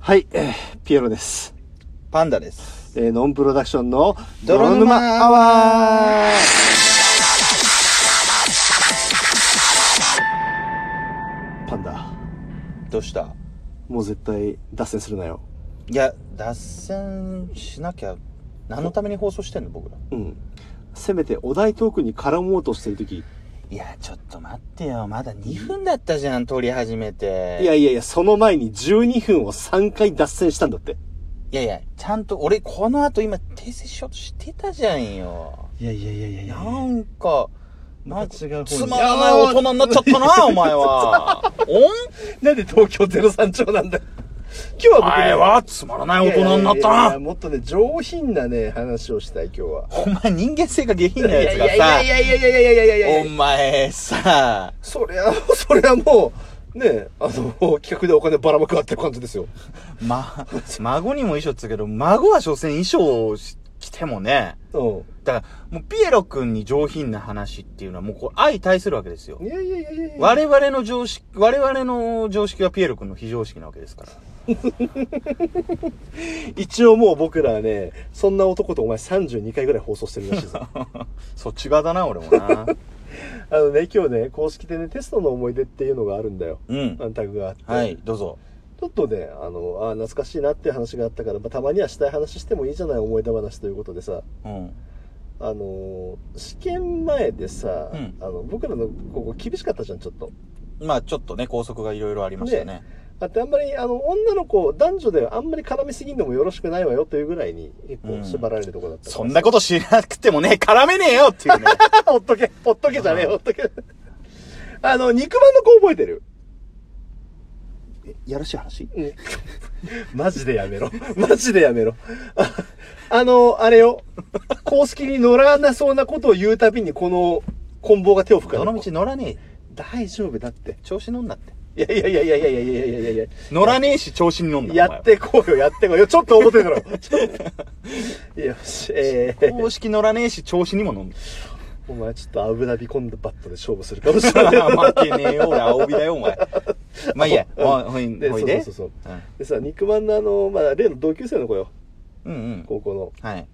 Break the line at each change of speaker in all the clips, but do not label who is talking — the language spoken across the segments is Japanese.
はい、えーピエロです。
パンダです。
えーノンプロダクションの泥
泥
沼
沼
ア
ア
ワ
ワ
ーパンダ、
どうした
もう絶対脱線するなよ。
いや、脱線しなきゃ、何のために放送してんの僕ら。
うん。せめてお題トークに絡もうとしてるとき、い
いや、ちょっと待ってよ。まだ2分だったじゃん、撮り始めて。
や
い
いやいや、その前に12分を3回脱線したんだって。
やいや、ちゃんと俺、この後今、訂正しようとしてたじゃんよ。
いやいやいやいやい
なんか、なんか
また違う方に
つまらない大人になっ ちゃったな、お前は。お
なんで東京03町なんだ今日は
んお前はつまらない大人に
いや
なった
いやいや
な。
もっとね、上品なね、話をしたい今日は。
お前人間性が下品なやつがさ。
いやいやいやいやいやいやいやいや
お前さ、
そりゃ、そりゃもう、ねえ、あの、企画でお金ばらまくわって感じですよ。
ま、孫にも衣装っつうけど、孫は所詮衣装をし着てもね、
う
だから、もうピエロ君に上品な話っていうのはもうこう相対するわけですよ
ん。。いやいやいやいやいや。
我々の常識、我々の常識はピエロ君の非常識なわけですから。
一応もう僕らはね、そんな男とお前32回ぐらい放送してるらしいぞ。
そっち側だな、俺も な。
あのね、今日ね、公式でね、テストの思い出っていうのがあるんだよ。
うん
あ。のタグがあって。
はい、どうぞ。
ちょっとね、あの、あー懐かしいなっていう話があったから、まあ、たまにはしたい話してもいいじゃない思い出話ということでさ、
うん。
あのー試験前でさ、
うん
あの、僕らのここ厳しかったじゃん、ちょっと。
まあ、ちょっとね、拘束がいろいろありましたね。
だってあんまりあの女の子男女であんまり絡みすぎんのもよろしくないわよというぐらいに結構縛られるとこだった、
そんなことしなくてもね、絡めねえよっていうね。
とほっとけほっとけじゃねえほっとけあの肉まんの子覚えてる
やらしい話
マジでやめろ マジでやめろああのあれよ公式に乗らなそうなことを言うたびにこの棍棒が手を吹くか
ど
ら
の道乗らねえ。
大丈夫だって
調子乗んなって。
いやいやいやいやいやいやいやいやいやいや
乗らねえし、調子に乗んな。
や
お前は
ってこうよやってこうよちょっと表出ろちょっと よしえー、
公式乗らねえし、調子にも乗ん
お前ちょっと油び込んだバットで勝負するかもし れない。
の。負けねえよ、俺、青火だよ、お前。まあいいや、
うん
ほい、ほい、
で
ほいで。
そうそうそう
うん
でさ、肉まんのあの、まあ、例の同級生の子よ。
うんうん。
高校の。
はい。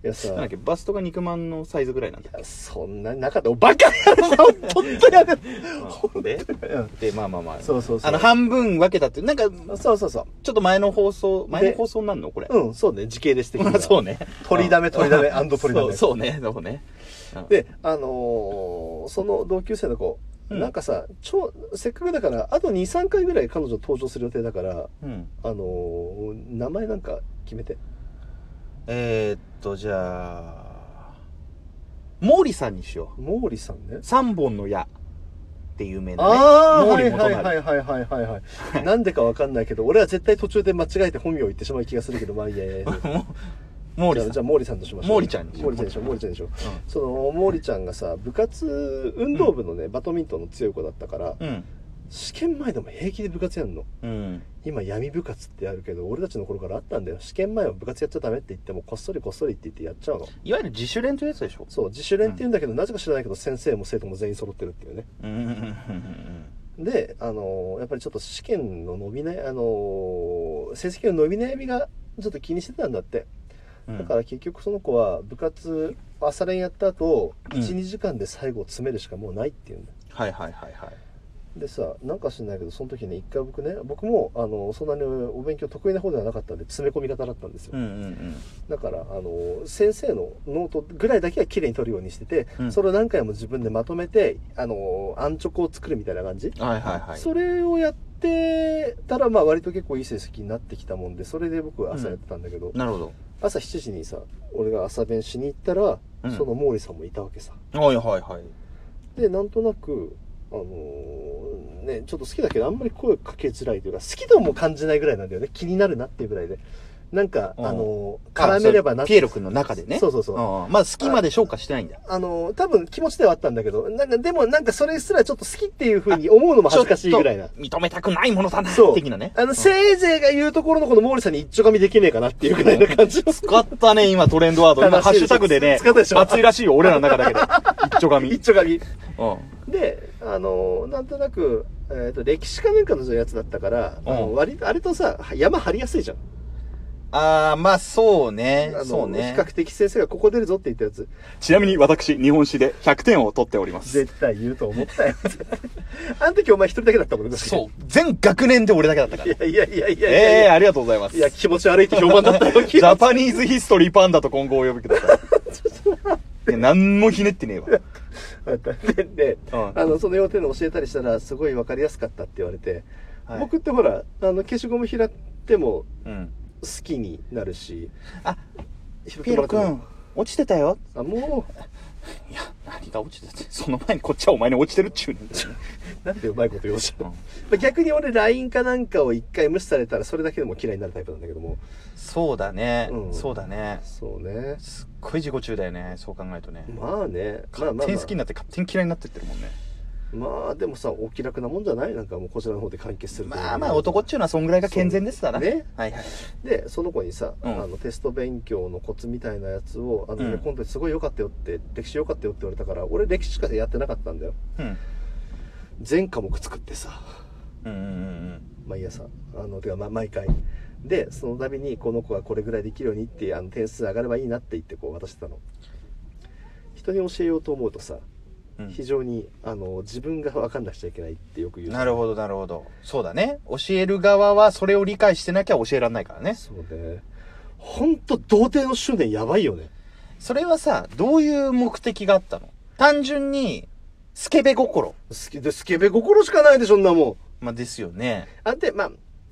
いや
なんだ
さ
っ、け、バストが肉まんのサイズぐらいなんだ。
そんなになかった。おバカやろ本当にやめろ
うんで、
うん
で、まあまあまあ。
そうそうそう
あの、半分分けたって、なんか、
そうそうそ
ちょっと前の放送、前の放送になるのこれ。
う。うん、そうね。時系列的
まあ
な。
そうね。
取りだめ取りだめアンド取りだめ
そうそうね、そうね。うん
で、あのーその同級生の子、
うん
なんかさ、超、せっかくだから、あと2、3回ぐらい彼女登場する予定だから、
うん。
あのー名前なんか決めて。
えーっと、じゃあ、毛利さんにしよう。
毛利さんね。
三本の矢って有名なね。
ああ、は
毛
い
利
はい
元
はい
就。
はいはいはい はい。なんでかわかんないけど、俺は絶対途中で間違えて本名を言ってしまう気がするけど、まあいいやいや いや。
毛
じ
利
ゃ
さ
あ、
ん
じ。ゃあ毛利さんとしましょう。
毛利ちゃんにし
毛
よう
利ちゃんでしょ、毛利ちゃんでしょ。その、毛利ちゃんがさ、部活、運動部のね、バドミントンの強い子だったから、
うん。
試験前でも平気で部活やんの。
うん。
今闇部活ってあるけど、俺たちの頃からあったんだよ。試験前は部活やっちゃダメって言っても、こっそりこっそりって言ってやっちゃうの。
いわゆる自主練というやつでしょ
そう、自主練って言うんだけど、なぜか知らないけど、先生も生徒も全員揃ってるっていうね。
うんうんうんうん
で、あのーやっぱりちょっと試験の伸びない、あのー成績の伸び悩みがちょっと気にしてたんだって。
うんうん
だから結局その子は部活、朝練やった後、
うん
1、2時間で最後を詰めるしかもうないっていうんだ。
はいはいはいはい
でさ、なんか知んないけど、その時ね、一回僕ね、僕も、あのーそんなにお勉強得意な方ではなかったんで、詰め込み方だったんですよ。
うんうん
だから、あのー先生のノートぐらいだけは綺麗に取るようにしてて、
うん
それを何回も自分でまとめて、あのー、アンチョコを作るみたいな感じ
うんはいはいはい
それをやってたらまあ割と結構いい成績になってきたもんでそれで僕は朝やってたんだけど、
なるほど
朝7時にさ俺が朝弁しに行ったら、
うん
その毛利さんもいたわけさ
はいはいはい
でなんとなくあのーねちょっと好きだけどあんまり声かけづらいというか好きとも感じないぐらいなんだよね気になるなっていうぐらいでなんか、
うん
あのー絡めればな
あ
っ
そうピエロ君の中でね
そうそうそう、
うんうんまあ好きまで消化してないんだ
あのー多分気持ちではあったんだけどなんかでもなんかそれすらちょっと好きっていうふうに思うのも恥ずかしいぐらいな
ちょっと認めたくないものだな
そう
的なね
あの、せいぜいが言うところのこの毛利さんに一丁髪できねえかなっていうぐらいな感じの。
使ったね今トレンドワード今ハ
正
ッ
しいでし
シュ
ょ
タグでね
使ったでしょ
熱いらしいよ 俺らの中だけで一丁紙
一丁髪。
うん
で、あの、なんとなく、えーと歴史かなんかのやつだったから、
うん
あの割とあれとさ山張りやすいじゃん
ああ、まあそうね
あ。の
そうね
比。較的先生がここ出るぞって言ったやつ
ちなみに私、日本史で100点を取っております。
絶対言うと思ったよ あの時お前一人だけだったもんね確かに
そう。全学年で俺だけだったから。
いやいやいやいやいやい
ええ
や
ありがとうございます。
いや気持ち悪いって評判だったよ
ジャパニーズヒストリーパンダと今後お呼びくださ い。いや、なんもひねってねえわ。
でで、
うん
あのその要点で教えたりしたらすごい分かりやすかったって言われて、
はい
僕ってほらあの消しゴム拾っても
うん。
好きになるし
あ、
拾って
ピエ
もら
ロ
って
くん
も、
落ちてたよ。
あも
いや、何が落ちてたって。
その前にこっちはお前に落ちてるっちゅうねん。
うなんでうまいこと言おうとした
うん
まあ逆に俺 LINE かなんかを一回無視されたらそれだけでも嫌いになるタイプなんだけども
そうだね
う。ん
そうだね。
そうね
すっごい自己中だよね。そう考えるとね。
まあねまあ
勝
まあ、
手に好きに
ま
なって勝手に嫌いになってってるもんね。
あ、まあでもさお気楽なもんじゃないなんかもうこちらの方で完結すると
まあまあ男っちゅうのはそんぐらいが健全ですから
そうね
はいはい。
でその子にさ、
うん
あのテスト勉強のコツみたいなやつを「あのね、
うん
今度すごい良かったよ」って歴史良かったよって言われたから俺歴史しかやってなかったんだよ
うん。
全科目作ってさ
うんうんうん
毎朝あのてか、ま、毎回でその度にこの子がこれぐらいできるようにってあの点数上がればいいなって言ってこう渡してたの人に教えようと思うとさ
うんうん
非常にあの自分が分かんなくちゃいけないってよく言う
なる
ど
ほど、なるほど。そうだね。教える側はそれを理解してなきゃ教えられないからね。
そうねほんと童貞の執念やばいよね
それはさ、どういう目的があったの単純に、スケベ心。
スケでスケベ心しかないでしょそんなもん
まあ、ですよね。
あでまあ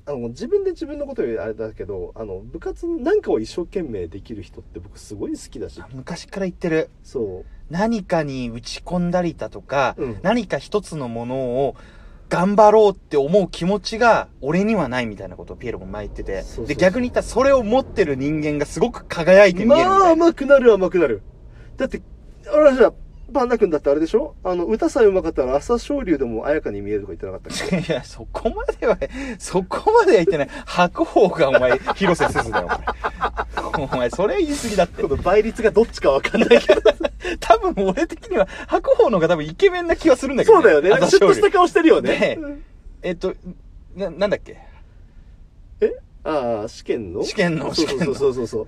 あの自分で自分のことよりあれだけどあの部活なんかを一生懸命できる人って僕すごい好きだし
あ昔から言ってる。
そ
何かに打ち込んだりだとか、
うん
何か一つのものを頑張ろうって思う気持ちが俺にはないみたいなことをピエロも前言って
そう
て。
そうそう
で、逆に言ったらそれを持ってる人間がすごく輝いて
う
見えるみ
まあ
たいな。
甘くなる甘くなるだってあらじゃあパンダ君だってあれでしょあの歌さえうまかったら朝青龍でも綾香に見えるとか言ってなかったっけ
いや、そこまでは、そこまでは言ってない。白鵬がお前、広瀬すずだよ、お前。お前、それ言い過ぎだって
こ。の倍率がどっちかわかんないけど
多分俺的には白鵬の方が多分イケメンな気はするんだけど、
そうだよねなんかシュッとし
私よ
た
り
顔してるよね
ねえっとななんだっけ
えああ試験の
試験の
そう
試験
そ
の
うそうそうそう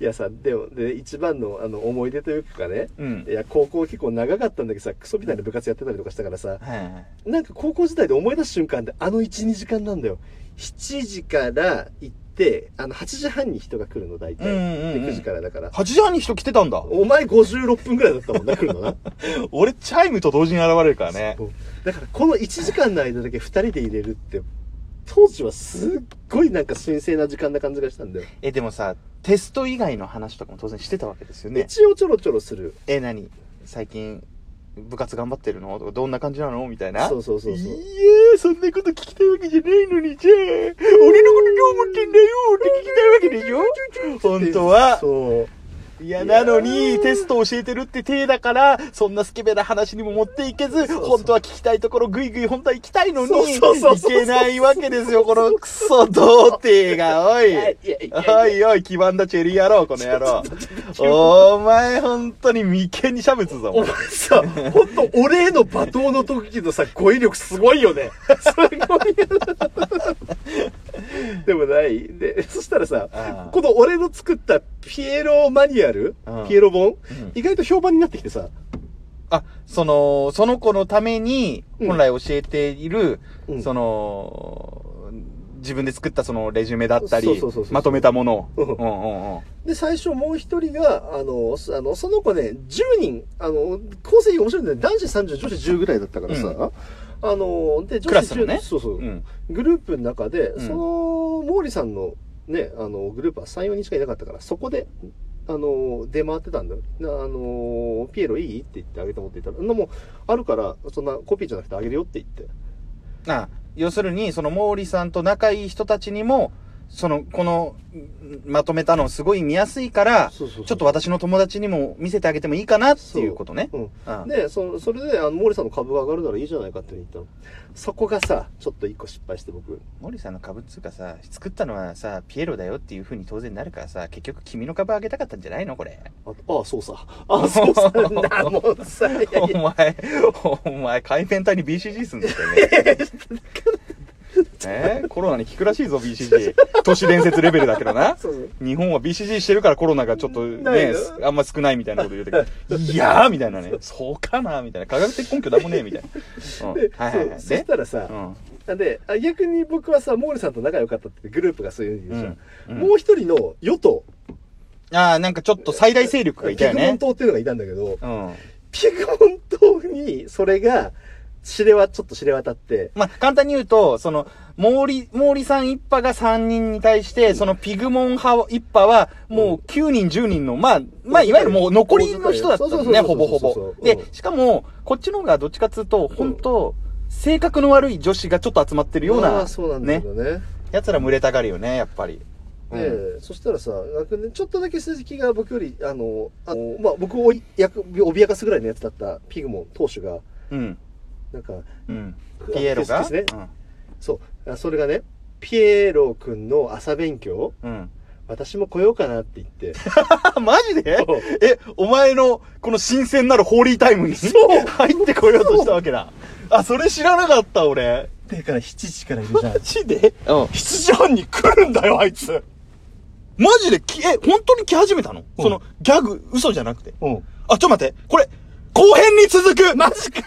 いやさでもで一番のあの思い出というかね
うん
いや高校結構長かったんだけどさクソみたいな部活やってたりとかしたからさ
はいはいはい
なんか高校時代で思い出す瞬間であの12時間なんだよ7時から行ってあの8時半に人が来るの大体、
うんうんうん
で9時からだから
8時半に人来てたんだ
お前56分ぐらいだったもんな来るのな
俺、チャイムと同時に現れるからね。
そうだからこの1時間の間だけ2人で入れるって当時はすっごいなんか神聖な時間な感じがしたんだよ、
えでもさテスト以外の話とかも当然してたわけですよね
一応ちょろちょろする
え何最近部活頑張ってるのとかどんな感じなのみたいな
そうそうそうそう
いやーそんなこと聞きたいわけじゃないのにじゃあ俺のことどう思ってんだよって聞きたいわけでしょ本当は
そう
いや、なのに、テストを教えてるって体だから、そんなスケベな話にも持っていけず、
そう
本当は聞きたいところ、ぐいぐい本当は行きたいのに、
そうそうそう
い
そう
けないわけですよ、このクソ童貞が、おい。
いやいやいや
おいおい、黄ばんだチェリー野郎、この野郎。お前、本当に眉間にしゃぶつぞ、
お前さ、ほんと、俺への罵倒の時のさ、語彙力すごいよね。すごいよね。 でもない。で、そしたらさ
ああ、
この俺の作ったピエロマニュアル
うん、
ピエロ本、
ん
意外と評判になってきてさ、
あ、その、その子のために、
うん
本来教えている、
うん
その、自分で作ったそのレジュメだった
そう
り
そうそうそ、う
まとめたものを。
う
うんんうんうん。
で、最初もう一人が、あの、そあのその子ね、10人、あの、構成員面白いんだよ。男子30、女子10ぐらいだったからさ、
うん
あの、で、女
クラ
子
ス
10、
のね
そうそう。
うん。
グループの中で、
うん
その毛利さんのねあのグループは34人しかいなかったからそこであの出回ってたんだよ「なあのピエロいい?」って言ってあげて持っていったら「のもうあるからそんなコピーじゃなくてあげるよ」って言って
あ、要するに、その毛利さんと仲いい人たちにも、その、この、んまとめたのすごい見やすいから、
そうそうそう
ちょっと私の友達にも見せてあげてもいいかなっていうことね。
うん
ああ
でそそれであの毛利さんの株が上がるならいいじゃないかって言ったのそこがさちょっと一個失敗して僕
森さんの株っつうかさ、作ったのはさ、ピエロだよっていう風に当然なるからさ、結局君の株あげたかったんじゃないのこれ。
あああそうさああそう さなもうさいやいや
お前、お前、海面体に BCG すんです よね。えーコロナに効くらしいぞ、BCG。都市伝説レベルだけどな。
そうそう
日本は BCG してるからコロナがちょっと
ない
ね、
よ
すあんま少ないみたいなこと言うてくる。いやーみたいなね。そうかなみたいな。科学的根拠だもんねみたいな。うん
で、
はいはいはい。
そうそし
で、
たらさ
う、ん。
であ逆に僕はさ毛利さんと仲良かったってグループがそういうの言うじゃん、
うん
もう一人の与党
ああ、なんかちょっと最大勢力がいた
ピ
よ
グモン
ね。
党っていうのがいたんだけど、
うん。
ピグモン島に、それが、知れは、ちょっと知れ渡って、
まあ、簡単に言うと、その、毛利、毛利さん一派が3人に対して、そのピグモン派一派は、もう9人、10人の、まあ、まあ、いわゆるもう残りの人だった
そう
の
そうそう
ね、
そう
ほぼほ
そう
ぼ
そ。うそう
で、しかも、こっちの方がどっちかっつうと、本当性格の悪い女子がちょっと集まってるよう
ま
な
あ、そうなんだ
ね
け、どね。
奴ら群れたがるよね、やっぱり。うん
で、そしたらさ、なんかねちょっとだけ鈴木が僕より、あの、あのまあ、僕を役脅かすぐらいのやつだったピグモン党首が、
うん。
なんか、
うん。ピエロが。
ですねそう、あそれがね、ピエロ君の朝勉強、
うん。うん。
私も来ようかなって言 って、
あ、マジで
そう
え、お前の、この新鮮なるホーリータイムに、入ってこようとしたわけだ。あ、それ知らなかった、俺。
だから7時からいるじゃん。
ジでうん。
7時半に来るんだよ、あいつ。
マジでき、え、本当に来始めたの、
うん
その、ギャグ、嘘じゃなくて。
うん。
あ、ちょっと待って、これ、後編に続くマジか